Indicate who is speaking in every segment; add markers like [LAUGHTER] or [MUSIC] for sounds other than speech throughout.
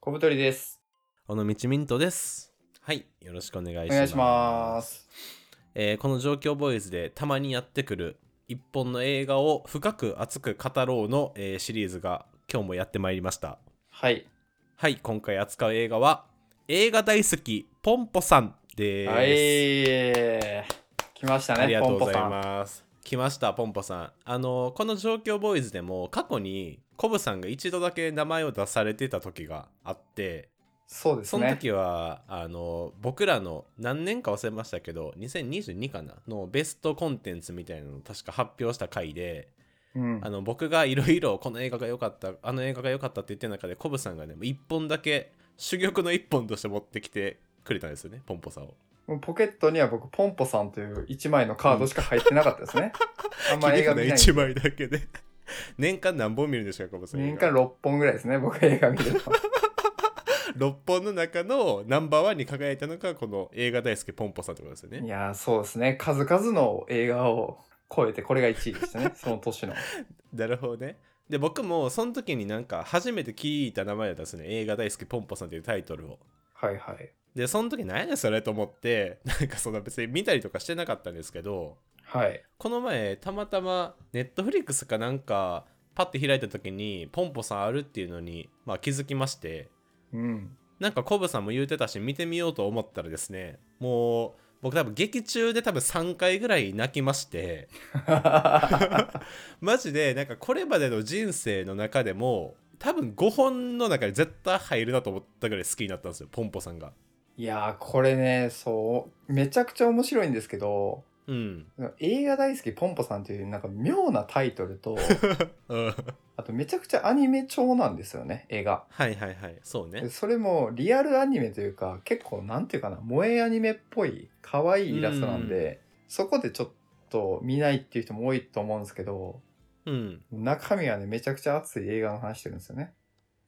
Speaker 1: 小太りです。
Speaker 2: 尾道ミントです。はい、よろしくお願いします。
Speaker 1: お願いします。
Speaker 2: えーこの状況ボーイズでたまにやってくる一本の映画を深く熱く語ろうの、えーシリーズが今日もやってまいりました。
Speaker 1: はい。
Speaker 2: はい、今回扱う映画は映画大好きポンポさんです。
Speaker 1: はい。来ました
Speaker 2: あり
Speaker 1: ね、
Speaker 2: が
Speaker 1: ポ
Speaker 2: とう
Speaker 1: ンポ
Speaker 2: ござい
Speaker 1: さん。
Speaker 2: ます。来ました、ポンポさん。あの、この状況ボーイズでも過去にコブさんが一度だけ名前を出されてた時があって、
Speaker 1: そうです
Speaker 2: その
Speaker 1: ね。
Speaker 2: 時は、あの僕らの何年か忘れましたけど2022かなのベストコンテンツみたいなのを確か発表した回で、
Speaker 1: うん
Speaker 2: あ。の僕がいろいろこの映画が良かったあの映画が良かったって言ってる中でコブさんがねもう一本だけ珠玉の一本として持ってきてくれたんですよねポンポさんを。
Speaker 1: もうポケットには僕、ポンポさんという1枚のカードしか入ってなかった [LAUGHS] ですね。あんま映画見ない。
Speaker 2: 1枚だけで [LAUGHS] 年間何本見るんですかコブさん
Speaker 1: 年間6本ぐらいですね、僕映画見ると。
Speaker 2: 6本の中のナンバーワンに輝いたのがこの映画大好きポンポさんってことですよね
Speaker 1: い。やー、そうですね。数々の映画を超えて、これが1位で [LAUGHS] したね、その年の。
Speaker 2: なるほどね。で僕もその時になんか初めて聞いた名前だったんですね映画大好きポンポさんっていうタイトルを。
Speaker 1: はいはい。
Speaker 2: でその時何やねんそれと思ってなんかその別に見たりとかしてなかったんですけど
Speaker 1: はい。
Speaker 2: この前たまたまネットフリックスかなんかパッて開いた時にポンポさんあるっていうのに、まあ、気づきまして
Speaker 1: うん。
Speaker 2: なんかコブさんも言うてたし見てみようと思ったらですねもう僕多分劇中で多分3回ぐらい泣きまして。マジでなんかこれまでの人生の中でも多分5本の中に絶対入るなと思ったぐらい好きになったんですよポンポさんが
Speaker 1: いやー、これね、そう、めちゃくちゃ面白いんですけど、
Speaker 2: うん
Speaker 1: 映画大好きポンポさんというなんか妙なタイトル [LAUGHS] と
Speaker 2: うん
Speaker 1: あとめちゃくちゃアニメ調なんですよね映画
Speaker 2: はいはいはいそうね
Speaker 1: でそれもリアルアニメというか結構なんていうかな萌えアニメっぽい可愛いイラストなんでそこでちょっと見ないっていう人も多いと思うんですけど
Speaker 2: うん
Speaker 1: 中身はねめちゃくちゃ熱い映画の話してるんですよね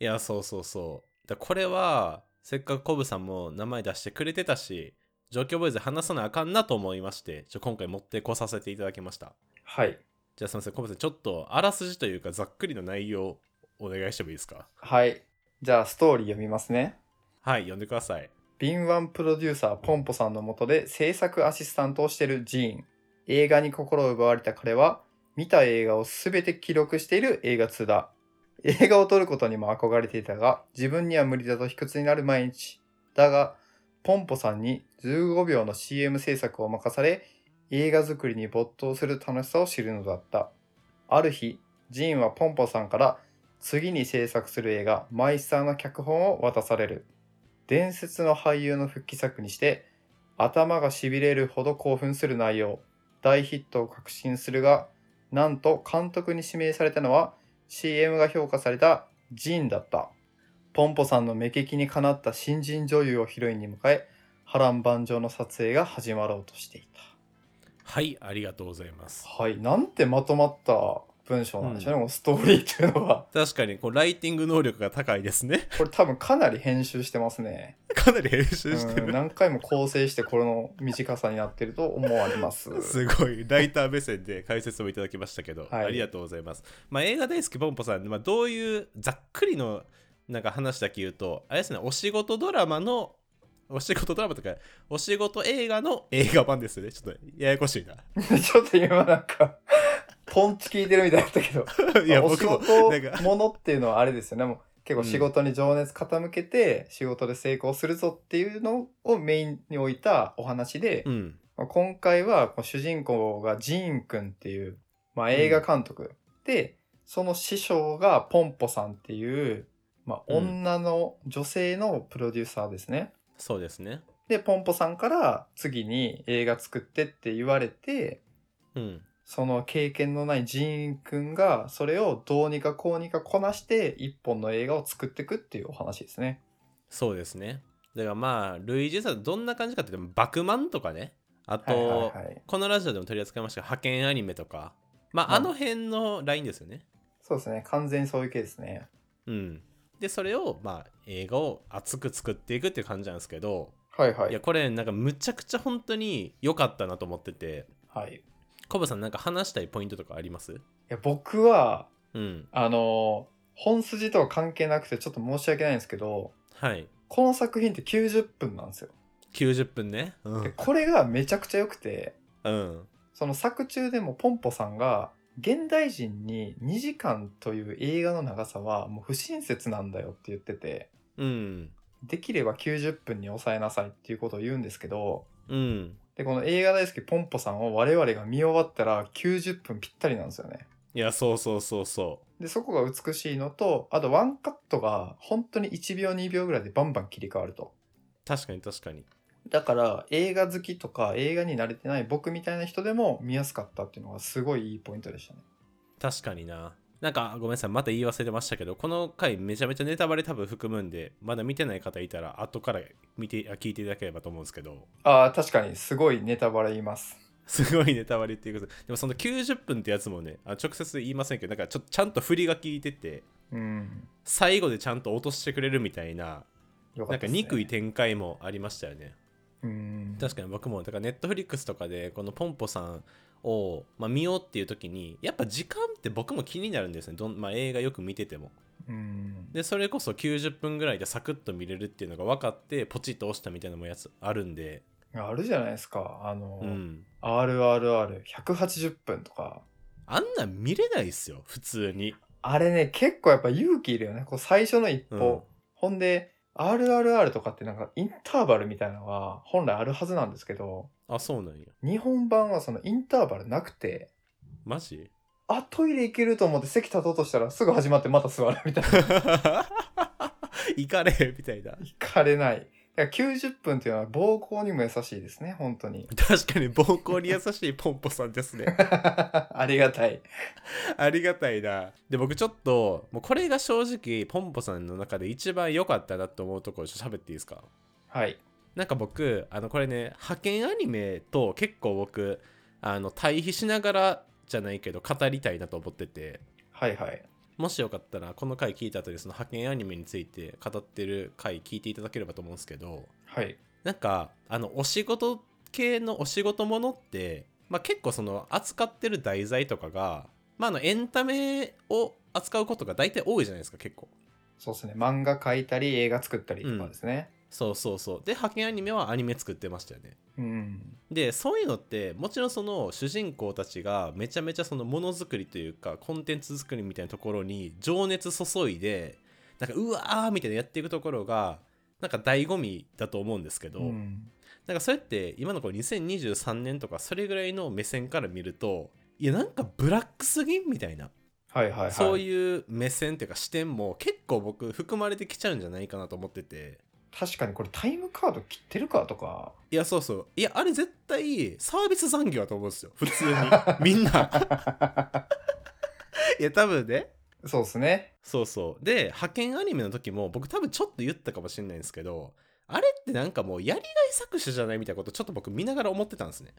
Speaker 2: いやそうそうそうだからこれはせっかくコブさんも名前出してくれてたし状況ボーイズ話さなあかんなと思いましてちょ今回持ってこさせていただきました
Speaker 1: はい
Speaker 2: じゃあすいませんコブさんちょっとあらすじというかざっくりの内容お願いしてもいいですか
Speaker 1: はいじゃあストーリー読みますね
Speaker 2: はい読んでください
Speaker 1: 敏腕プロデューサーポンポさんの下で制作アシスタントをしているジーン映画に心を奪われた彼は見た映画を全て記録している映画通だ映画を撮ることにも憧れていたが自分には無理だと卑屈になる毎日だがポンポさんに15秒の CM 制作を任され映画作りに没頭する楽しさを知るのだったある日ジーンはポンポさんから次に制作する映画「マイスター」の脚本を渡される伝説の俳優の復帰作にして頭がしびれるほど興奮する内容大ヒットを確信するがなんと監督に指名されたのは CM が評価されたジーンだったポンポさんの目利きにかなった新人女優をヒロインに迎え波乱万丈の撮影が始まろうとしてい
Speaker 2: はいありがとうございます
Speaker 1: たはいなんてまとまった文章なんでしょうね、このストーリーっていうのは
Speaker 2: 確かにこうライティング能力が高いですね [LAUGHS]
Speaker 1: これ多分かなり編集してますね
Speaker 2: かなり編集して
Speaker 1: うん
Speaker 2: る、
Speaker 1: 何回も構成してこの短さになってると思われます
Speaker 2: [LAUGHS] すごいライター目線で解説もいただきましたけど、
Speaker 1: はい
Speaker 2: ありがとうございます、まあ、映画大好きポンポさん、まあ、どういうざっくりのなんか話だけ言うとあれですねお仕事ドラマのお仕事ドラマとかお仕事映画の映画版ですよねちょっとややこしいな [LAUGHS]
Speaker 1: ちょっと今なんかポンチ聞いてるみたいだったけど
Speaker 2: [LAUGHS] いや
Speaker 1: お
Speaker 2: 僕
Speaker 1: 仕
Speaker 2: も
Speaker 1: 事
Speaker 2: なんか
Speaker 1: ものっていうのはあれですよねもう結構仕事に情熱傾けて仕事で成功するぞっていうのをメインに置いたお話で、
Speaker 2: うん
Speaker 1: まあ今回はこう主人公がジーンくんっていう、まあ、映画監督、でその師匠がポンポさんっていう、まあ、
Speaker 2: うん
Speaker 1: 女の女性のプロデューサーですね。
Speaker 2: そうですね
Speaker 1: でポンポさんから次に映画作ってって言われて
Speaker 2: うん
Speaker 1: その経験のないジーンくんがそれをどうにかこうにかこなして一本の映画を作っていくっていうお話ですね。
Speaker 2: そうですねだからまあ類似さんどんな感じかって言ってもバクマンとかねあと、
Speaker 1: はいはいはい。
Speaker 2: このラジオでも取り扱いましたが派遣アニメとかまあ、
Speaker 1: うん
Speaker 2: あの辺のラインですよね
Speaker 1: そうですね。完全にそういう系ですね。
Speaker 2: うんでそれをまあ映画を熱く作っていくっていう感じなんですけど、、
Speaker 1: はいはい
Speaker 2: やこれなんかむちゃくちゃ本当に良かったなと思ってて
Speaker 1: はい。い
Speaker 2: コブさんなんか話したいポイントとかあります
Speaker 1: や僕は
Speaker 2: うん
Speaker 1: あのー本筋とは関係なくてちょっと申し訳ないんですけど
Speaker 2: はい
Speaker 1: この作品って90分なんですよ。
Speaker 2: 90分ねう
Speaker 1: で
Speaker 2: ん、
Speaker 1: これがめちゃくちゃ良くて、
Speaker 2: うん、
Speaker 1: その作中でもポンポさんが現代人に2時間という映画の長さはもう不親切なんだよって言ってて
Speaker 2: うん
Speaker 1: できれば90分に抑えなさいっていうことを言うんですけど
Speaker 2: うん
Speaker 1: でこの映画大好きポンポさんを我々が見終わったら90分ぴったりなんですよね。
Speaker 2: いやそうそうそうそ
Speaker 1: でそこが美しいのとあとワンカットが本当に1秒2秒ぐらいでバンバン切り替わると。
Speaker 2: う確かに確かに
Speaker 1: だから映画好きとか映画に慣れてない僕みたいな人でも見やすかったっていうのがすごいいいポイントでしたね。
Speaker 2: 確かにななんかごめんなさいまた言い忘れてましたけどこの回めちゃめちゃネタバレ多分含むんでまだ見てない方いたら後から見てあ聞いていただければと思うんですけど
Speaker 1: ああ確かにすごいネタバレ言います。
Speaker 2: すごいネタバレっていうことでもその90分ってやつもねあ直接言いませんけどなんかちょちゃんと振りが効いてて
Speaker 1: うん。
Speaker 2: 最後でちゃんと落としてくれるみたいな
Speaker 1: よか
Speaker 2: な
Speaker 1: っ
Speaker 2: ん
Speaker 1: たで
Speaker 2: か
Speaker 1: すね
Speaker 2: 憎い展開もありましたよね
Speaker 1: うん。
Speaker 2: 確かに僕もだからネットフリックスとかでこのポンポさんを、まあ、見ようっていう時にやっぱ時間って僕も気になるんですねどん、まあ、映画よく見てても
Speaker 1: うん。
Speaker 2: でそれこそ90分ぐらいでサクッと見れるっていうのが分かってポチッと押したみたいなのもやつあるんで
Speaker 1: あるじゃないですか。あの、
Speaker 2: うん
Speaker 1: RRR180 分とか。
Speaker 2: あんなん見れないっすよ普通に、
Speaker 1: あれね、結構やっぱ勇気いるよね。こう最初の一歩。
Speaker 2: うん
Speaker 1: ほんで、RRR とかってなんかインターバルみたいなのが本来あるはずなんですけど、
Speaker 2: あそうなんや
Speaker 1: 日本版はそのインターバルなくて、
Speaker 2: マジ
Speaker 1: あ、トイレ行けると思って席立とうとしたらすぐ始まってまた座るみたいな。
Speaker 2: [LAUGHS] 行かれみたいな。
Speaker 1: 行かれない。だから90分っていうのは暴行にも優しいですね、本当に
Speaker 2: 確かに暴行に優しいポンポさんです [LAUGHS] ね
Speaker 1: [LAUGHS] ありがたい。
Speaker 2: ありがたいな。で、僕ちょっと、もうこれが正直、ポンポさんの中で一番良かったなと思うところ、ちょっと喋っていいですか
Speaker 1: はい。
Speaker 2: なんか僕、あの、これね、派遣アニメと結構僕、あの、対比しながらじゃないけど、語りたいなと思ってて、
Speaker 1: はいはい。
Speaker 2: もしよかったら、この回聞いた後に、その派遣アニメについて語ってる回聞いていただければと思うんですけど、
Speaker 1: はい。
Speaker 2: なんかあのお仕事系のお仕事ものって、まあ、結構その扱ってる題材とかが、まあ、あのエンタメを扱うことが大体多いじゃないですか結構
Speaker 1: そうですね。漫画描いたり、映画作ったりとかですね。
Speaker 2: そうそうそうで派遣アニメはアニメ作ってましたよね
Speaker 1: うん。
Speaker 2: でそういうのってもちろんその主人公たちがめちゃめちゃそのものづくりというかコンテンツ作りみたいなところに情熱注いでなんかうわーみたいなやっていくところがなんか醍醐味だと思うんですけど、
Speaker 1: うん
Speaker 2: なんかそれって今のこう2023年とかそれぐらいの目線から見るといやなんかブラックすぎんみたいな、
Speaker 1: はいはいはい。
Speaker 2: そういう目線っていうか視点も結構僕含まれてきちゃうんじゃないかなと思ってて
Speaker 1: 確かにこれタイムカード切ってるかとか。
Speaker 2: いやそうそういやあれ絶対サービス残業だと思うんですよ普 [LAUGHS] 通にみんないや多分ね
Speaker 1: そうですね。
Speaker 2: そうそうで派遣アニメの時も僕多分ちょっと言ったかもしれないんですけどあれってなんかもうやりがい搾取じゃないみたいなことちょっと僕見ながら思ってたんですね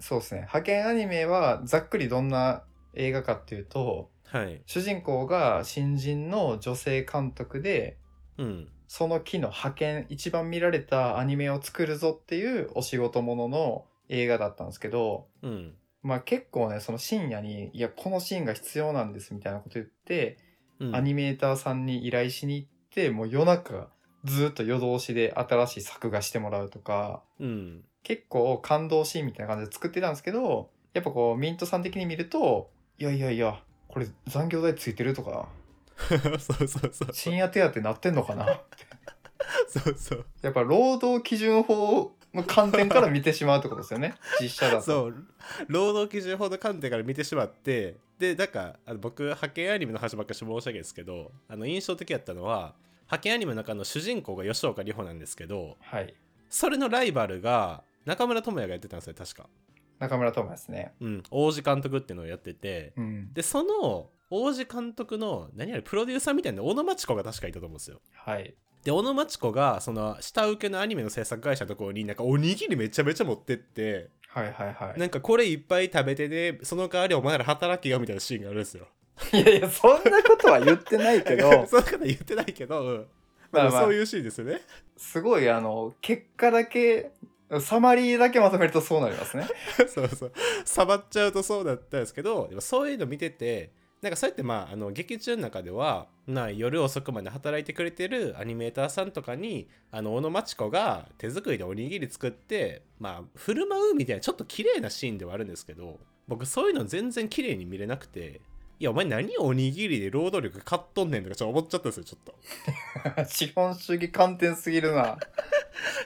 Speaker 1: そうですね。派遣アニメはざっくりどんな映画かっていうと、
Speaker 2: はい
Speaker 1: 主人公が新人の女性監督で、
Speaker 2: うん
Speaker 1: その期の派遣、一番見られたアニメを作るぞっていうお仕事ものの映画だったんですけど、
Speaker 2: うん
Speaker 1: まあ結構ね、その深夜に、いや、このシーンが必要なんですみたいなこと言って、
Speaker 2: うん
Speaker 1: アニメーターさんに依頼しに行ってもう夜中ずっと夜通しで新しい作画してもらうとか
Speaker 2: うん、 [LAUGHS]
Speaker 1: 結構感動シーンみたいな感じで作ってたんですけどやっぱこうミントさん的に見るといやいやいやこれ残業代ついてるとか
Speaker 2: そうそうそう
Speaker 1: 深夜手当なってんのか
Speaker 2: [LAUGHS]
Speaker 1: な
Speaker 2: そうそう
Speaker 1: やっぱ労働基準法の観点から見てしまうってことですよね実写だと。
Speaker 2: [LAUGHS] そう労働基準法の観点から見てしまってでなんかあの僕派遣アニメの話ばっかりして申し訳ないですけどあの印象的やったのは派遣アニメの中の主人公が吉岡里帆なんですけど
Speaker 1: はい
Speaker 2: それのライバルが中村倫也がやってたんですよ確か、
Speaker 1: 中村智也ですね。
Speaker 2: うん、王子監督っていうのをやってて
Speaker 1: うん、
Speaker 2: でその王子監督の何やらプロデューサーみたいな小野真知子が確かいたと思うんですよ
Speaker 1: はい
Speaker 2: で小野真知子がその下請けのアニメの制作会社のところになんかおにぎりめちゃめちゃ持ってって
Speaker 1: はいはいは
Speaker 2: なんかこれいっぱい食べてねその代わりお前ら働けよみたいなシーンがあるんですよ。
Speaker 1: い。いやいやそんなことは言ってない [LAUGHS] けど
Speaker 2: [LAUGHS] そんなこと言ってないけど、うん
Speaker 1: まあまあ
Speaker 2: でもそういうシーンですよね。
Speaker 1: すごいあの結果だけサマリーだけまとめると [LAUGHS] そうなりますね。
Speaker 2: [LAUGHS] そうそう。さばっちゃうとそうだったんですけどでもそういうの見ててなんかそうやってまああの劇中の中ではな夜遅くまで働いてくれてるアニメーターさんとかにあの小野真知子が手作りでおにぎり作ってまあ振る舞うみたいなちょっと綺麗なシーンではあるんですけど僕そういうの全然綺麗に見れなくていやお前何おにぎりで労働力買っとんねんとかちょっと思っちゃったんですよちょっと。
Speaker 1: 資本主義観点すぎるな。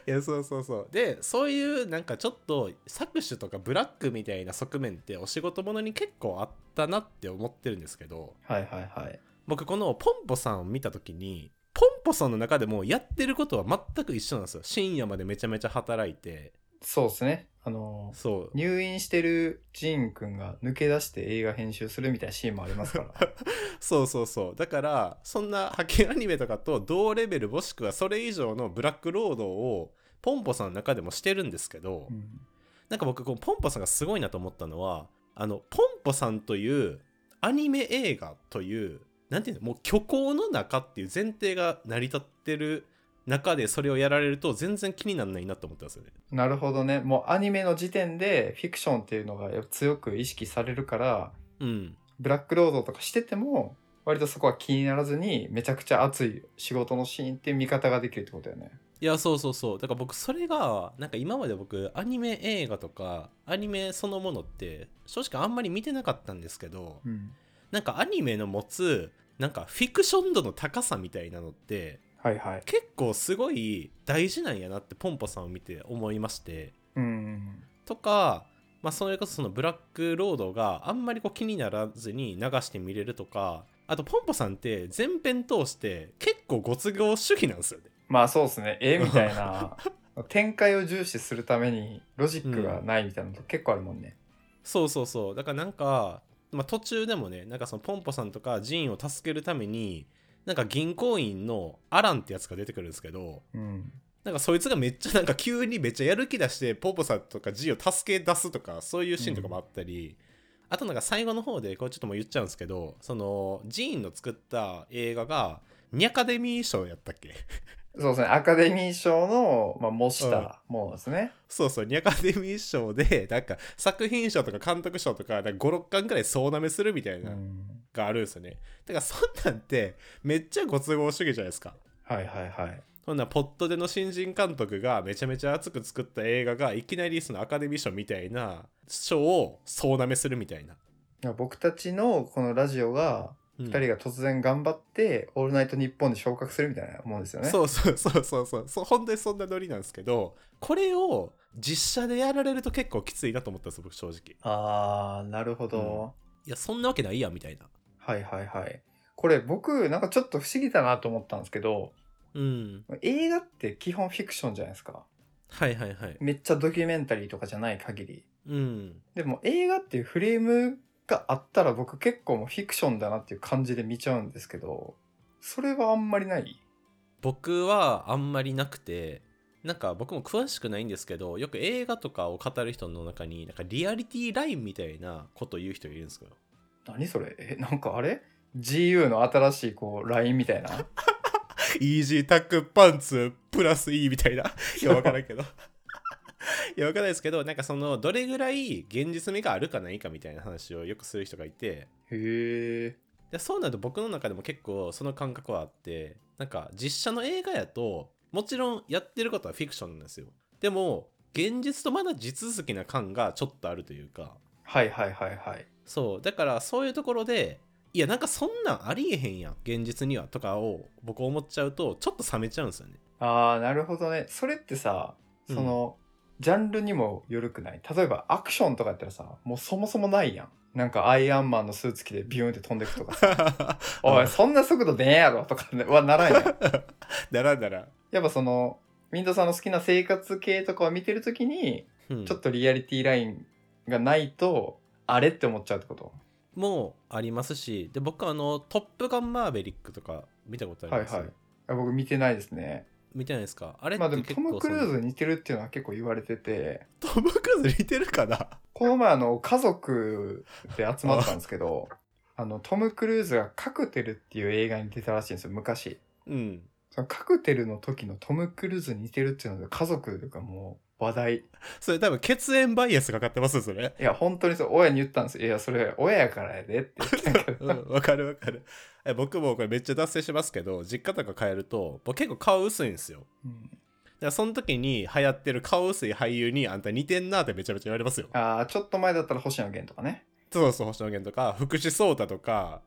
Speaker 2: いやそうそうそうでそういうなんかちょっと搾取とかブラックみたいな側面ってお仕事ものに結構あったなって思ってるんですけど
Speaker 1: はいはいはい。
Speaker 2: 僕このポンポさんを見た時にポンポさんの中でもやってることは全く一緒なんですよ深夜までめちゃめちゃ働いて
Speaker 1: そうですね。あのー
Speaker 2: そう
Speaker 1: 入院してるジーンくんが抜け出して映画編集するみたいなシーンもありますから。
Speaker 2: そうそうそうだからそんな派遣アニメとかと同レベルもしくはそれ以上のブラック労働をポンポさんの中でもしてるんですけど、
Speaker 1: [LAUGHS] うん
Speaker 2: なんか僕このポンポさんがすごいなと思ったのはあのポンポさんというアニメ映画というなんていうのもう虚構の中っていう前提が成り立ってる中でそれをやられると全然気にならないなと思ったんですよね。
Speaker 1: なるほどね。もうアニメの時点でフィクションっていうのがやっぱ強く意識されるから、
Speaker 2: うん、
Speaker 1: ブラックロードとかしてても、割とそこは気にならずに、めちゃくちゃ熱い仕事のシーンっていう見方ができるってことだよね。
Speaker 2: いやそうそうそうだから僕それがなんか今まで僕アニメ映画とかアニメそのものって正直あんまり見てなかったんですけど
Speaker 1: うん。
Speaker 2: なんかアニメの持つなんかフィクション度の高さみたいなのって
Speaker 1: はいはい。
Speaker 2: 結構すごい大事なんやなってポンポさんを見て思いまして
Speaker 1: うん。
Speaker 2: とか、まあ、それこそそのブラックロードがあんまりこう気にならずに流して見れるとかあとポンポさんって全編通して結構ご都合主義なんですよね。
Speaker 1: まあそうですね。絵みたいな。展開を重視するためにロジックがないみたいなのと結構あるもんね。
Speaker 2: そうそうそうだからなんか、まあ、途中でもねなんかそのポンポさんとかジーンを助けるためになんか銀行員のアランってやつが出てくるんですけど
Speaker 1: うん。
Speaker 2: なんかそいつがめっちゃなんか急にめっちゃやる気出してポンポさんとかジーンを助け出すとかそういうシーンとかもあったり、あとなんか最後の方でこれちょっともう言っちゃうんですけどそのジーンの作った映画がニャカデミー賞やったっけ [LAUGHS]
Speaker 1: そうですね。アカデミー賞の、まあ、模し
Speaker 2: うん
Speaker 1: たものですね。
Speaker 2: そうそうニャカデミー賞でなんか作品賞とか監督賞とかなんか56巻ぐらい総なめするみたいうな、
Speaker 1: ん。
Speaker 2: があるんですよね。だからそんなんてめっちゃご都合主義じゃないですか。
Speaker 1: はいはいはい。
Speaker 2: そんなポットでの新人監督がめちゃめちゃ熱く作った映画がいきなりそのアカデミー賞みたいな賞を総なめするみたいな。
Speaker 1: 僕たちのこのラジオが、
Speaker 2: うん
Speaker 1: 2人が突然頑張って「オールナイトニッポン」で昇格するみたいなもんですよね。
Speaker 2: そうそうそうそうそうそう本当にそんなノリなんですけどこれを実写でやられると結構きついなと思ったんです僕正直
Speaker 1: あーなるほど、
Speaker 2: いやそんなわけないやんみたいな
Speaker 1: はいはいはい。これ僕なんかちょっと不思議だなと思ったんですけど
Speaker 2: うん
Speaker 1: 映画って基本フィクションじゃないですか。
Speaker 2: はいはいはい
Speaker 1: めっちゃドキュメンタリーとかじゃない限り。
Speaker 2: うん
Speaker 1: でも映画っていうフレームがあったら僕結構もうフィクションだなっていう感じで見ちゃうんですけどそれはあんまりない
Speaker 2: 僕はあんまりなくてなんか僕も詳しくないんですけどよく映画とかを語る人の中になんかリアリティラインみたいなこと言う人いるんですけど
Speaker 1: 何それえなんかあれ ?GU の新しいこうラインみたいな
Speaker 2: イージータックパンツプラス E みたいないやわからんけどいやわからないですけどなんかそのどれぐらい現実味があるかないかみたいな話をよくする人がいて
Speaker 1: へえ
Speaker 2: でそうなると僕の中でも結構その感覚はあってなんか実写の映画やともちろんやってることはフィクションなんですよでも現実とまだ地続きな感がちょっとあるというか
Speaker 1: はいはいはいはい
Speaker 2: そうだからそういうところでいやなんかそんなんありえへんやん現実にはとかを僕思っちゃうとちょっと冷めちゃうんですよね
Speaker 1: ああなるほどねそれってさその、ジャンルにもよるくない例えばアクションとかやったらさもうそもそもないやんなんかアイアンマンのスーツ着てビューンって飛んでくとかさ
Speaker 2: [LAUGHS]
Speaker 1: おいそんな速度出んやろとかねはならんやん
Speaker 2: だらだら、
Speaker 1: やっぱそのミントさんの好きな生活系とかを見てるときに、
Speaker 2: うん
Speaker 1: ちょっとリアリティラインがないとあれって思っちゃうってこと
Speaker 2: もうありますしで僕あの「トップガンマーベリック」とか見たことあります、
Speaker 1: はいはいあ僕見てないですね
Speaker 2: 見てないですかあれって
Speaker 1: まあでも
Speaker 2: 結
Speaker 1: ト
Speaker 2: 構
Speaker 1: ム・クルー
Speaker 2: その
Speaker 1: ズ似てるっていうのは結構言われてて
Speaker 2: トム・クルーズ似てるかな
Speaker 1: この前あの家族で集まったんですけどあのトム・クルーズが「カクテル」っていう映画に出たらしいんですよ昔
Speaker 2: うん。
Speaker 1: そのカクテルの時のトム・クルーズに似てるっていうので家族がもう話題
Speaker 2: それ多分血縁バイアスがかかってますよそれ
Speaker 1: いや本当にそう親に言ったんですよいやそれ親やからやでって言ったんやけど
Speaker 2: う [LAUGHS] んわかるわかるえ僕もこれめっちゃ脱線しますけど実家とか帰ると僕結構顔薄いんですよ
Speaker 1: うん
Speaker 2: だからその時に流行ってる顔薄い俳優にあんた似てんなってめちゃめちゃ言われますよ
Speaker 1: ああちょっと前だったら星野源とかね
Speaker 2: そうそう星野源とか福士蒼汰とか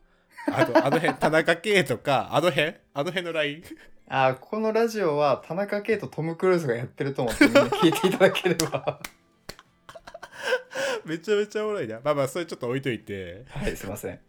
Speaker 2: あとあの辺田中圭とかあの辺あの辺のライン [LAUGHS]
Speaker 1: ああこのラジオは田中圭とトム・クルーズがやってると思ってみんな聞いていただければ [LAUGHS]
Speaker 2: めちゃめちゃおもろいなまあまあそれちょっと置いといて
Speaker 1: はいすいません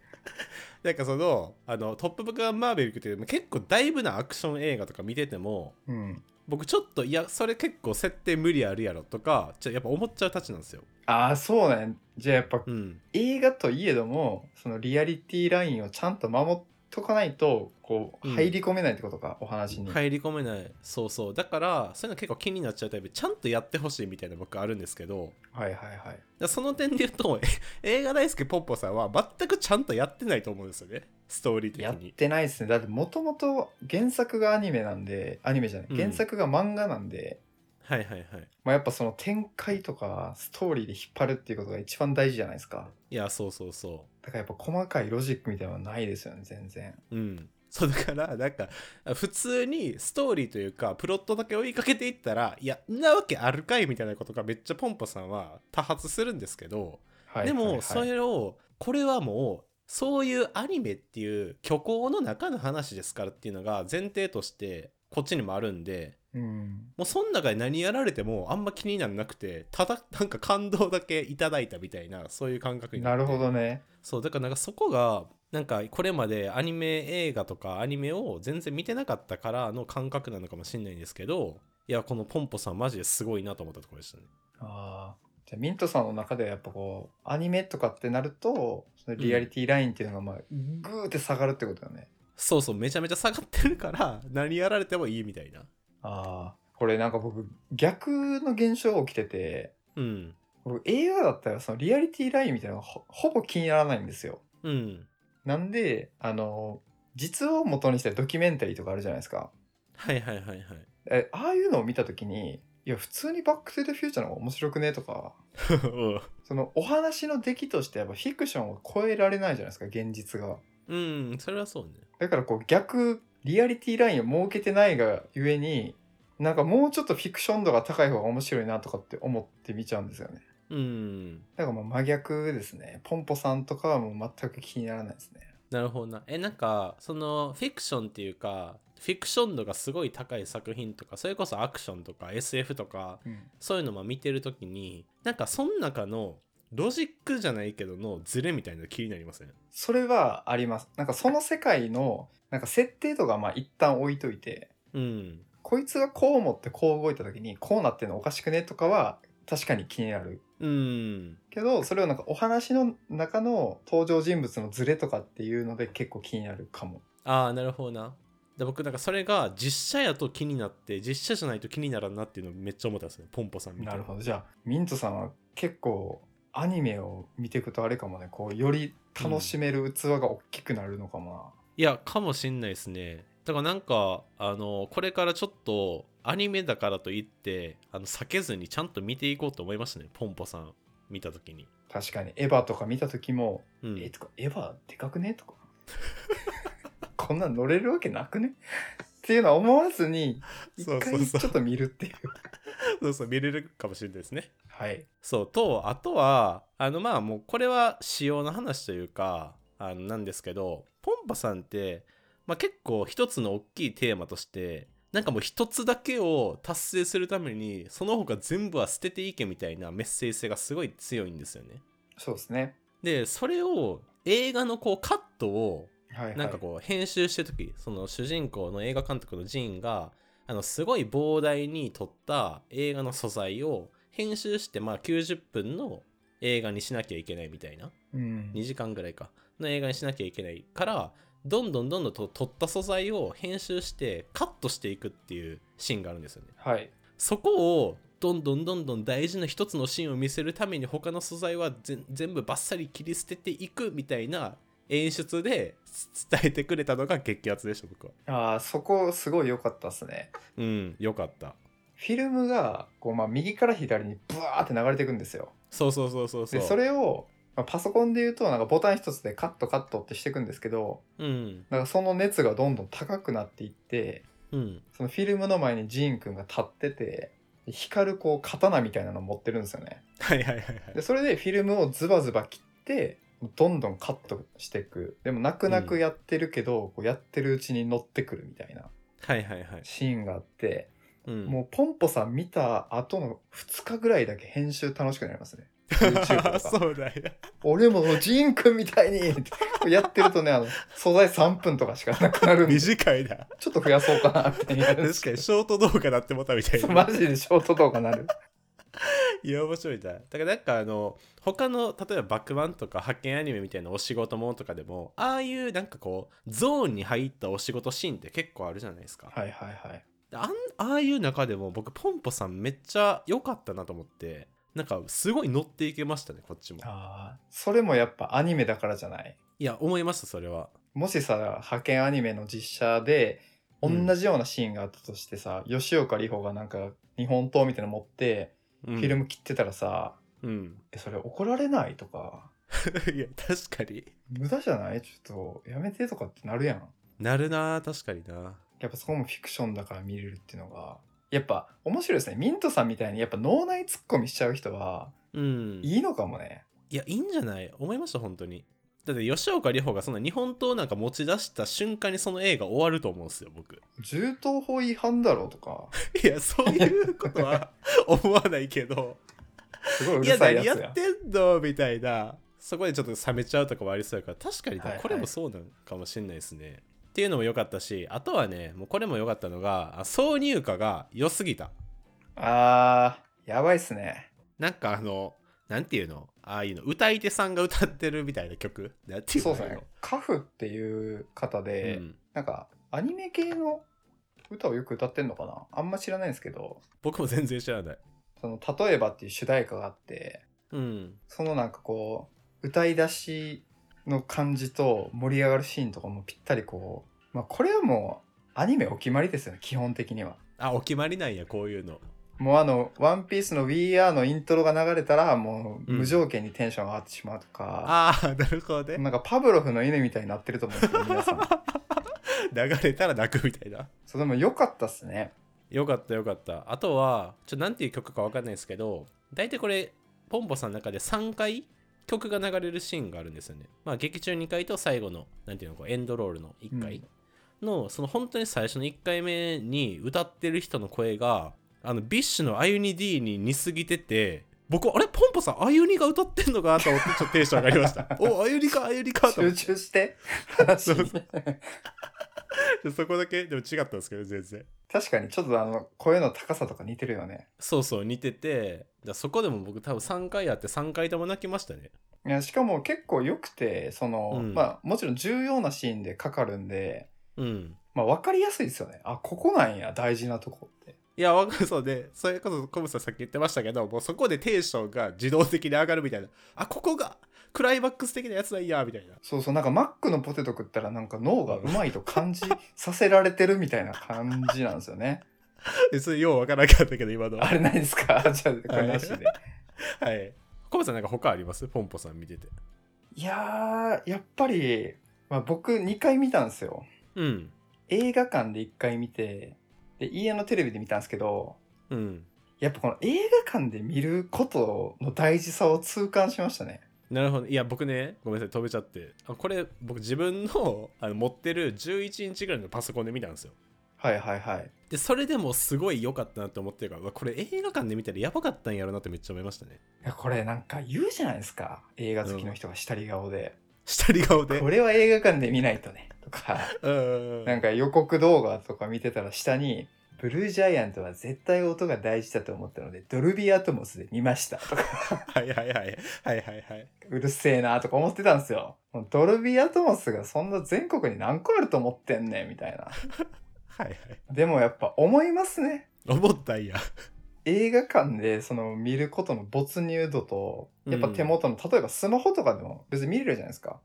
Speaker 2: なんかそのあのトップガンマーベリックっていう結構だいぶなアクション映画とか見てても
Speaker 1: うん
Speaker 2: 僕ちょっといやそれ結構設定無理あるやろとかちょやっぱ思っちゃうたちなんですよ
Speaker 1: ああそうねじゃあやっぱ
Speaker 2: うん
Speaker 1: 映画といえどもそのリアリティラインをちゃんと守っとかないとこう
Speaker 2: うん
Speaker 1: 入り込めないってことか、お話に、
Speaker 2: 入り込めないそうそうだからそういうの結構気になっちゃうタイプちゃんとやってほしいみたいな僕あるんですけど
Speaker 1: はいはいはい
Speaker 2: だその点で言うとえ映画大好きポッポさんは全くちゃんとやってないと思うんですよねストーリー的
Speaker 1: やっ
Speaker 2: に
Speaker 1: てないですねだってもともと原作がアニメなんでアニメじゃない
Speaker 2: うん
Speaker 1: 原作が漫画なんで、
Speaker 2: はいはいはい
Speaker 1: まあ、やっぱその展開とかストーリーで引っ張るっていうことが一番大事じゃないですか
Speaker 2: いやそうそうそ
Speaker 1: だからやっぱ細かいロジックみたいなのはないですよね全然
Speaker 2: ううんそうだからなんか普通にストーリーというかプロットだけ追いかけていったらいやんなわけあるかいみたいなことがめっちゃポンポさんは多発するんですけど
Speaker 1: はい
Speaker 2: で
Speaker 1: はいは
Speaker 2: も
Speaker 1: い
Speaker 2: それをこれはもうそういうアニメっていう虚構の中の話ですからっていうのが前提としてこっちにもあるんで
Speaker 1: うん
Speaker 2: もうその中で何やられてもあんま気にならなくてただ [LAUGHS] なんか感動だけいただいたみたいなそういう感覚に
Speaker 1: な
Speaker 2: って
Speaker 1: るほどね
Speaker 2: そうだからなんかそこがなんかこれまでアニメ映画とかアニメを全然見てなかったからの感覚なのかもしれないんですけどいやこのポンポさんマジですごいなと思ったところでしたね
Speaker 1: ああじゃあミントさんの中ではやっぱこうアニメとかってなるとそのリアリティラインっていうのがまあグーって下がるってことよね、
Speaker 2: そうそうめちゃめちゃ下がってるから何やられてもいいみたいな
Speaker 1: ああこれなんか僕逆の現象が起きてて
Speaker 2: うん
Speaker 1: 僕映画だったらそのリアリティラインみたいなのがほほぼ気にならないんですよ
Speaker 2: うん
Speaker 1: なんであの実を元にしたドキュメンタリーとかあるじゃないですか
Speaker 2: はいはいはいはい [LAUGHS]
Speaker 1: えああいうのを見た時にいや普通に「バック・トゥ・ザ・フューチャー」の方が面白くねとかそのお話の出来としてやっぱフィクションを超えられないじゃないですか現実が
Speaker 2: うんそれはそうね
Speaker 1: だからこう逆リアリティラインを設けてないがゆえになんかもうちょっとフィクション度が高い方が面白いなとかって思って見ちゃうんですよね
Speaker 2: うん
Speaker 1: だからまあ真逆ですねポンポさんとかはもう全く気にならないですね
Speaker 2: なるほどなえなんかそのフィクションっていうかフィクション度がすごい高い作品とかそれこそアクションとか SF とか
Speaker 1: うん
Speaker 2: そういうのも見てるときになんかその中のロジックじゃないけどのズレみたいなの気になりません、
Speaker 1: それはありますなんかその世界のなんか設定とかまあ一旦置いといて
Speaker 2: うん
Speaker 1: こいつがこう思ってこう動いた時にこうなってんのおかしくねとかは確かに気になる
Speaker 2: うん
Speaker 1: けどそれをなんかお話の中の登場人物のズレとかっていうので結構気になるかも
Speaker 2: ああなるほどなで僕なんかそれが実写やと気になって実写じゃないと気にならんなっていうのめっちゃ思ったんですねポンポさんみた
Speaker 1: ないるほどじゃあミントさんは結構アニメを見ていくとあれかもねこうより楽しめる器が大きくなるのかも
Speaker 2: いやかもしんないですねだからなんかあのこれからちょっとアニメだからといってあの避けずにちゃんと見ていこうと思いましたねポンポさん見た時に、
Speaker 1: な、確かにエヴァとか見た時も
Speaker 2: う
Speaker 1: 「え
Speaker 2: ん、
Speaker 1: とかエヴァでかくね?」とか [LAUGHS] 「こんなん乗れるわけなくね?」っていうのは思わずに一
Speaker 2: そうそう
Speaker 1: 回
Speaker 2: そう
Speaker 1: ちょっと見るっていう
Speaker 2: そうそう見れるかもしれないですね
Speaker 1: はい
Speaker 2: そうとあとはあのまあもうこれは仕様の話というかあのなんですけどポンパさんって、まあ、結構一つの大きいテーマとしてなんかもう一つだけを達成するためにその他全部は捨てていけみたいなメッセージ性がすごい強いんですよね。
Speaker 1: そうですね
Speaker 2: でそれを映画のこうカットを
Speaker 1: はいはい
Speaker 2: なんかこう編集してる時その主人公の映画監督のジーンがあのすごい膨大に撮った映画の素材を編集してまあ90分の映画にしなきゃいけないみたいな
Speaker 1: うん
Speaker 2: 2時間ぐらいかの映画にしなきゃいけないからどんどんどんどんと撮った素材を編集してカットしていくっていうシーンがあるんですよね。
Speaker 1: はい
Speaker 2: そこをどんどんどんどん大事な一つのシーンを見せるために他の素材はぜん全部バッサリ切り捨てていくみたいな演出で伝えてくれたのが激アツでした僕は
Speaker 1: ああそこすごい良かったですね
Speaker 2: うんよかった
Speaker 1: フィルムがこう、まあ、右から左にブワーって流れていくんですよ
Speaker 2: そうそうそうそうそう
Speaker 1: でそれを、まあ、パソコンで言うとなんかボタン一つでカットカットってしていくんですけど
Speaker 2: うん
Speaker 1: なんかその熱がどんどん高くなっていって
Speaker 2: うん
Speaker 1: そのフィルムの前にジーンくんが立ってて光るこう刀みたいなの持ってるんですよね
Speaker 2: はいはいはいはい
Speaker 1: でそれでフィルムをズバズバ切ってどんどんカットしていくでも泣く泣くやってるけど、こうやってるうちに乗ってくるみたいな
Speaker 2: はいはいはい
Speaker 1: シーンがあって、
Speaker 2: うん
Speaker 1: もうポンポさん見た後の2日ぐらいだけ編集楽しくなります
Speaker 2: [LAUGHS]
Speaker 1: ね YouTube とか
Speaker 2: そうだよ
Speaker 1: 俺もジーンくんみたいにってやってるとねあの素材3分とかしかなくな [LAUGHS] るんで
Speaker 2: 短 [LAUGHS] いな
Speaker 1: ちょっと増やそうかなみたいな。
Speaker 2: 確かにショート動画だってもたみたいな
Speaker 1: マジでショート動画なる。
Speaker 2: いや面白いなだからなんかあの他の例えばバックマンとか派遣アニメみたいなお仕事ものとかでもああいうなんかこうゾーンに入ったお仕事シーンって結構あるじゃないですか、
Speaker 1: はいはいはい。
Speaker 2: あんああいう中でも僕ポンポさんめっちゃ良かったなと思ってなんかすごい乗っていけましたねこっちも
Speaker 1: ああ、それもやっぱアニメだからじゃない。
Speaker 2: いや思いましたそれは
Speaker 1: もしさ、派遣アニメの実写で、同
Speaker 2: うん
Speaker 1: じようなシーンがあったとしてさ、吉岡里帆がなんか日本刀みたいなの持って、
Speaker 2: フ
Speaker 1: フィルム切ってたらさ、
Speaker 2: うん [LAUGHS]
Speaker 1: え、それ怒られないとか、
Speaker 2: いや確かに
Speaker 1: 無駄じゃないちょっとやめてとかってなるやん。
Speaker 2: なるな確かにな
Speaker 1: やっぱそこもフィクションだから見れるっていうのが、やっぱ面白いですね。ミントさんみたいにやっぱ脳内ツッコミしちゃう人は、
Speaker 2: うん
Speaker 1: いいのかもね。
Speaker 2: いや、いいんじゃない思いました、本当に。だって、吉岡里帆がそんな日本刀なんか持ち出した瞬間にその映画終わると思うんですよ、僕。
Speaker 1: 銃刀法違反だろうとか、
Speaker 2: いや、そういうことは思わないけど、
Speaker 1: す [LAUGHS] ごいう
Speaker 2: [LAUGHS] い
Speaker 1: る
Speaker 2: や、
Speaker 1: さい
Speaker 2: 何
Speaker 1: やつ
Speaker 2: や
Speaker 1: や。
Speaker 2: ってんのみたいな、そこでちょっと冷めちゃうとかもありそうやから、確かにな、
Speaker 1: はいはい
Speaker 2: これもそうなのかもしれないですね。っていうのも良かったし、あとはね、もうこれも良かったのが、あ挿入歌が良すぎた。
Speaker 1: あー、やばいっすね。
Speaker 2: なんかあの、なんていうのああいうの、歌い手さんが歌ってるみたいな曲なんていうの
Speaker 1: そうです
Speaker 2: [LAUGHS]
Speaker 1: ね。カフっていう方
Speaker 2: ああ
Speaker 1: で、
Speaker 2: いうのうん
Speaker 1: なんかアニメ系の歌をよく歌ってんのかなあんま知らないんですけど、
Speaker 2: 僕も全然知らない。
Speaker 1: その、例えばっていう主題歌があって、
Speaker 2: うん。
Speaker 1: そのなんかこう、歌い出しの感じと盛り上がるシーンとかもぴったりこう、まあこれはもうアニメお決まりですよね、基本的には。
Speaker 2: あ、お決まりなんや、こういうの。
Speaker 1: もうあの、ワンピースの We Are のイントロが流れたら、もう
Speaker 2: うん
Speaker 1: 無条件にテンション上がってしまうとか、
Speaker 2: ああ、なるほどね。
Speaker 1: なんかパブロフの犬みたいになってると思うんですよ、皆さ
Speaker 2: [LAUGHS]
Speaker 1: ん。
Speaker 2: 流れたら泣くみたいな。
Speaker 1: そう、でも良かったっすね。
Speaker 2: よかったよかった。あとは、ちょっとなんていう曲かわかんないですけど、大体これ、ポンポさんの中で3回曲が流れるシーンがあるんですよね。まあ、劇中2回と最後の、なんていうの、こうエンドロールの1回の、その本当に最初の1回目に歌ってる人の声が、あの、ビッシュのあゆに D に似すぎてて、僕、あれポンポさん、あゆにが歌ってんのかなと思って、ちょっとテンション上がりま [LAUGHS] した。お、あゆにか、あゆにかと思
Speaker 1: 集
Speaker 2: って。
Speaker 1: 中して。話
Speaker 2: そう
Speaker 1: に
Speaker 2: そそこだけ、でも違ったんですけど、全然。
Speaker 1: [LAUGHS] 確かに、ちょっとあの、声の高さとか似てるよね。
Speaker 2: そうそう似ててだそこでも僕多分3回やって3回とも泣きましたね
Speaker 1: いやしかも結構良くて、その、
Speaker 2: うん
Speaker 1: まあ、もちろん重要なシーンでかかるんで、
Speaker 2: うん
Speaker 1: まあ、分かりやすいですよね。あ、ここなんや、大事なとこって。
Speaker 2: いやわかる [LAUGHS] そうでそれこそコブさんさっき言ってましたけどもうそこでテンションが自動的に上がるみたいなあここがクライマックス的なやつだいやみたいな [LAUGHS]
Speaker 1: そうそう、なんかマックのポテト食ったら、なんか脳がうまいと感じさせられてるみたいな感じなんですよね。 [LAUGHS]
Speaker 2: えそれようわからなかったけど今のは
Speaker 1: あれないですか [LAUGHS] じゃあ、これなしで。
Speaker 2: はいコブさんなんか他ありますポンポさん見てて
Speaker 1: いやー、やっぱり、まあ、僕2回見たんですよ。
Speaker 2: うん
Speaker 1: 映画館で1回見て、で、家のテレビで見たんですけど、
Speaker 2: うん
Speaker 1: やっぱこの映画館で見ることの大事さを痛感しましたね。
Speaker 2: なるほどいや僕ねごめんなさい飛べちゃってあこれ僕自分のあの持ってる11インチぐらいのパソコンで見たんですよ
Speaker 1: はいはいはい。
Speaker 2: でそれでもすごい良かったなって思ってるからうわこれ映画館で見たらやばかったんやろなってめっちゃ思いましたね [LAUGHS]
Speaker 1: いやこれなんか言うじゃないですか。映画好きの人が下り顔で。
Speaker 2: 下り顔で
Speaker 1: これは映画館で見ないとね。とか、
Speaker 2: う
Speaker 1: [LAUGHS]
Speaker 2: ん
Speaker 1: なんか予告動画とか見てたら下に、ブルージャイアントは絶対音が大事だと思ったので、ドルビーアトモスで見ま [LAUGHS] した。とか、
Speaker 2: はいはいはいはいはいはいう
Speaker 1: るせえなとか思ってたんですよ。ドルビーアトモスがそんな全国に何個あると思ってんねん、みたいな。
Speaker 2: はいはい
Speaker 1: でもやっぱ思いますね。
Speaker 2: 思ったんや
Speaker 1: 映画館でその見ることの没入度とやっぱ手元の、例えばスマホとかでも別に見れるじゃないですか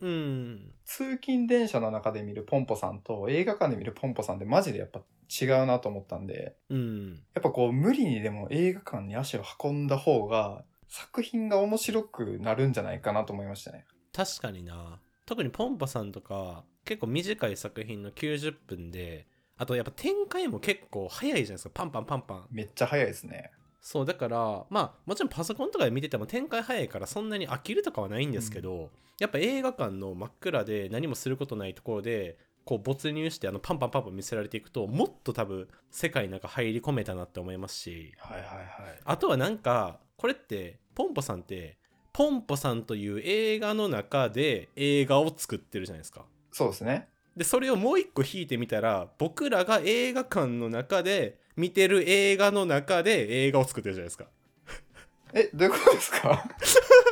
Speaker 2: うん。
Speaker 1: 通勤電車の中で見るポンポさんと映画館で見るポンポさんってマジでやっぱ違うなと思ったんで、
Speaker 2: うん。
Speaker 1: やっぱこう無理にでも映画館に足を運んだ方が作品が面白くなるんじゃないかなと思いましたね。
Speaker 2: 確かにな。特にポンパさんとか、結構短い作品の90分で、あとやっぱ展開も結構早いじゃないですか。パンパンパンパン。
Speaker 1: めっちゃ早いですね。
Speaker 2: そうだからまあもちろんパソコンとかで見てても展開早いからそんなに飽きるとかはないんですけど、やっぱ映画館の真っ暗で何もすることないところでこう没入してあのパンパンパンパン見せられていくともっと多分世界の中入り込めたなって思いますし
Speaker 1: はいはいはい。
Speaker 2: あとはなんかこれってポンポさんってポンポさんという映画の中で映画を作ってるじゃないですか。
Speaker 1: そうですね。
Speaker 2: でそれをもう一個引いてみたら僕らが映画館の中で見てる映画の中で映画を作ってるじゃないですか。
Speaker 1: え、どういうことですか [LAUGHS]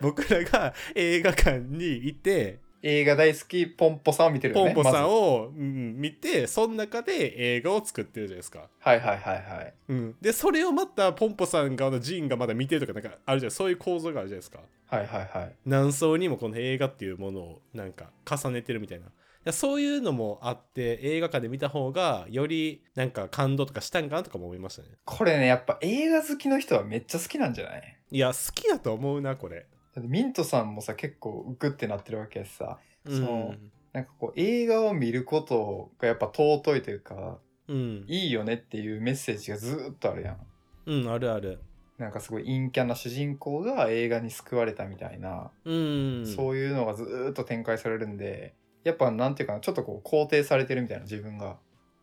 Speaker 2: 僕らが映画館にいて、
Speaker 1: 映画大好きポンポさんを見てるよ
Speaker 2: ポ
Speaker 1: ね。
Speaker 2: ンポさん
Speaker 1: まず
Speaker 2: を、うん見てその中で映画を作ってるじゃないですか、
Speaker 1: はいはいはいはい。
Speaker 2: うん、でそれをまたポンポさん側のジーンがまだ見てるとかなんかあるじゃんそういう構造があるじゃないですか
Speaker 1: はいはいはい。
Speaker 2: 何層にもこの映画っていうものをなんか重ねてるみたいなだからそういうのもあって映画館で見た方がよりなんか感動とかしたんかなとかも思いましたね
Speaker 1: これね、やっぱ映画好きの人はめっちゃ好きなんじゃない
Speaker 2: いや好きだと思うなこれ
Speaker 1: だってミントさんもさ、結構ウクってなってるわけやしさ、そ
Speaker 2: ん
Speaker 1: なんかこう映画を見ることがやっぱ尊いというか、
Speaker 2: うん、
Speaker 1: いいよねっていうメッセージがずーっとあるやん。
Speaker 2: うん、あるある
Speaker 1: なんかすごい陰キャな主人公が映画に救われたみたいな、
Speaker 2: うん
Speaker 1: そういうのがずーっと展開されるんで、やっぱなんていうかな、ちょっとこう肯定されてるみたいな自分が。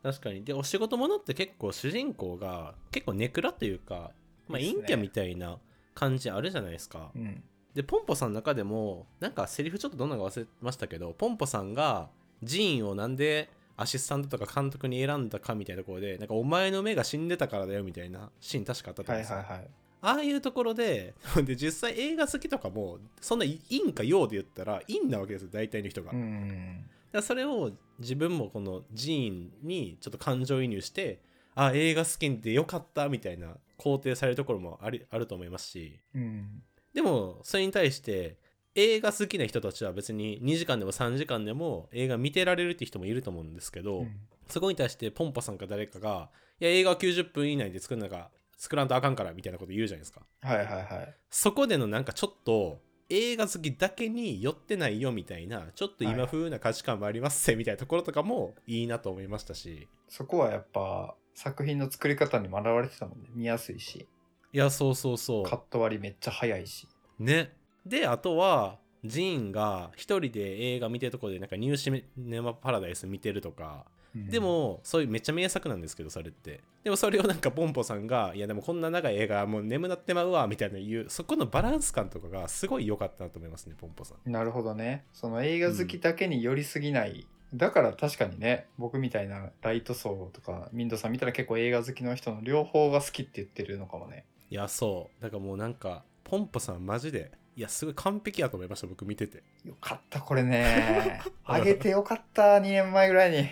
Speaker 2: 確かにでお仕事ものって結構主人公が結構ネクラというか、まあ、
Speaker 1: ですね
Speaker 2: 陰キャみたいな感じあるじゃないですか
Speaker 1: うん。
Speaker 2: でポンポさんの中でもなんかセリフちょっとどんなのか忘れましたけどポンポさんがジーンをなんでアシスタントとか監督に選んだかみたいなところでなんかお前の目が死んでたからだよみたいなシーン確かあったと
Speaker 1: はい
Speaker 2: 思うんですよ、
Speaker 1: はいはい。
Speaker 2: ああいうところで [LAUGHS] で実際映画好きとかもそんな陰か陽で言ったら陰なわけですよ大体の人が、
Speaker 1: うん。
Speaker 2: だからそれを自分もこのジーンにちょっと感情移入してあ映画好きでよかったみたいな肯定されるところもありあると思いますし
Speaker 1: うん。
Speaker 2: でもそれに対して映画好きな人たちは別に2時間でも3時間でも映画見てられるって人もいると思うんですけど、
Speaker 1: うん
Speaker 2: そこに対してポンポさんか誰かが「いや映画は90分以内で作るのが作らんとあかんから」みたいなこと言うじゃないですか。
Speaker 1: はいはいはい。
Speaker 2: そこでのなんかちょっと映画好きだけに寄ってないよみたいなちょっと今風な価値観もありますぜみたいなところとかもいいなと思いましたし
Speaker 1: そこはやっぱ作品の作り方にも現れてたもんね。見やすいし、
Speaker 2: いやそうそうそ
Speaker 1: カット割りめっちゃ早いし。
Speaker 2: うねであとはジーンが一人で映画見てるとこでなんかニューシネマパラダイス見てるとか
Speaker 1: うん
Speaker 2: で、もそういうめっちゃ名作なんですけどそれってでもそれをなんかポンポさんがいやでもこんな長い映画もう眠なってまうわみたいな言うそこのバランス感とかがすごい良かったなと思いますねポンポさん
Speaker 1: なるほどね。その映画好きだけに寄りすぎない。だから確かにね、僕みたいなライト層とか、ミンドさん見たら結構映画好きの人の両方が好きって言ってるのかもね。
Speaker 2: いやそうだからもうなんかポンポさんマジでいやすごい完璧やと思いました僕見てて
Speaker 1: よかった、これ [LAUGHS] ね。あげてよかった、2年前ぐらいに。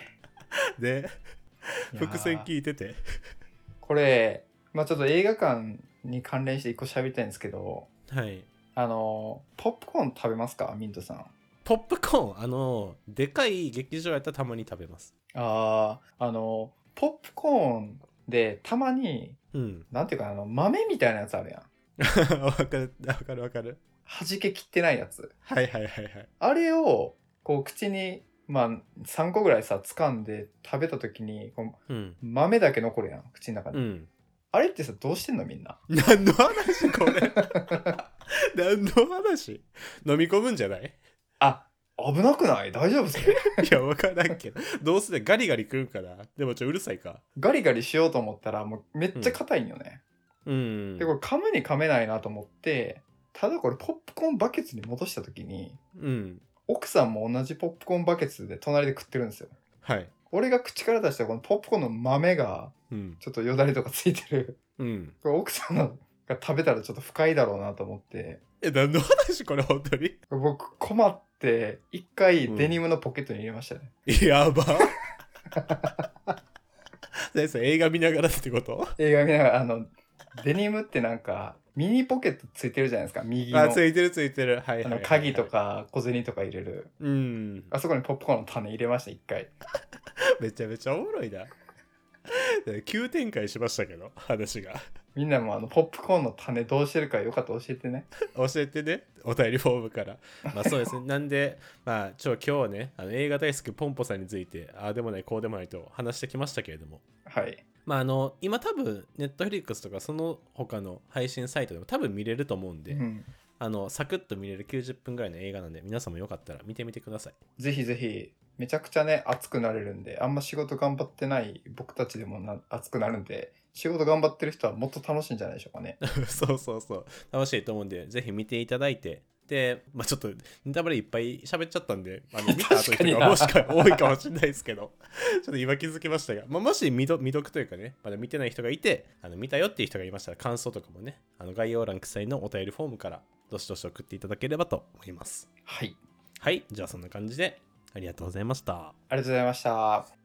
Speaker 2: で伏線
Speaker 1: いやー
Speaker 2: 聞いてて
Speaker 1: これ、まあちょっと映画館に関連して一個喋りたいんですけど、
Speaker 2: はい
Speaker 1: あの、ポップコーン食べますかミントさん。
Speaker 2: ポップコーンあのでかい劇場やったらたまに食べます
Speaker 1: あああのポップコーンでたまに
Speaker 2: うん
Speaker 1: なんていうかなあの豆みたいなやつあるやん
Speaker 2: わかるわかるわかる
Speaker 1: 弾けきってないやつ
Speaker 2: はいはいはいはい
Speaker 1: あれをこう口にまあ3個ぐらいさ掴んで食べた時にこう
Speaker 2: うん
Speaker 1: 豆だけ残るやん口の中に、
Speaker 2: うん
Speaker 1: あれってさどうしてんのみんな
Speaker 2: 何の話こ [LAUGHS] れ何の話飲み込むんじゃない
Speaker 1: あ危なくない大丈夫っす
Speaker 2: [LAUGHS]
Speaker 1: ね
Speaker 2: いやわからんけどどうせガリガリ食うんかなでもちょうるさいか
Speaker 1: ガリガリしようと思ったらもうめっちゃ硬いんよね、
Speaker 2: うん
Speaker 1: でこれ噛むに噛めないなと思ってただこれポップコーンバケツに戻した時に
Speaker 2: うん
Speaker 1: 奥さんも同じポップコーンバケツで隣で食ってるんですよ
Speaker 2: はい
Speaker 1: 俺が口から出したこのポップコーンの豆が
Speaker 2: うん
Speaker 1: ちょっとよだれとかついてる
Speaker 2: うん
Speaker 1: これ奥さんのが食べたらちょっと不快だろうなと思って
Speaker 2: え、何の話これ、本当に
Speaker 1: 僕困って一回
Speaker 2: うん
Speaker 1: デニムのポケットに入れましたね、
Speaker 2: やば。何それ映画見ながらってこと
Speaker 1: 映画見ながらあのデニムってなんか、ミニポケットついてるじゃないですか、右の。
Speaker 2: あついてるついてるはいはい
Speaker 1: あ
Speaker 2: はい
Speaker 1: の
Speaker 2: はい
Speaker 1: 鍵とか小銭とか入れる。
Speaker 2: うん
Speaker 1: あそこにポップコーンの種入れました、一回。
Speaker 2: めちゃめちゃおもろいな急展開しましたけど話が
Speaker 1: みんなもあの、ポップコーンの種どうしてるかよかったら教えてね。
Speaker 2: 教えてねお便りフォームからまあそうです
Speaker 1: [LAUGHS]
Speaker 2: ねなんでまあちょ今日はねあの映画大好きポンポさんについてああでもないこうでもないと話してきましたけれども
Speaker 1: はい。
Speaker 2: まああの今多分ネットフリックスとかその他の配信サイトでも多分見れると思うんで、
Speaker 1: うん。
Speaker 2: あのサクッと見れる90分ぐらいの映画なんで皆さんもよかったら見てみてください
Speaker 1: ぜひぜひ、めちゃくちゃね、熱くなれるんで、あんま仕事頑張ってない僕たちでもな熱くなるんで、仕事頑張ってる人はもっと楽しいんじゃないでしょうかね。
Speaker 2: [LAUGHS] そうそうそう。楽しいと思うんで、ぜひ見ていただいて。で、まあちょっとネタバレいっぱい喋っちゃったんで、 [LAUGHS] あの見た後の
Speaker 1: 確かに
Speaker 2: 人
Speaker 1: な
Speaker 2: がもしか多いかもしれないですけど、 [LAUGHS] ちょっと今気づきましたが、まあ、もし未読未読というかね、まだ見てない人がいて、あの見たよっていう人がいましたら、感想とかもね、あの概要欄記載のお便りフォームから、どしどし送っていただければと思います。
Speaker 1: はい。
Speaker 2: はい、じゃあそんな感じで、ありがとうございました。
Speaker 1: ありがとうございました。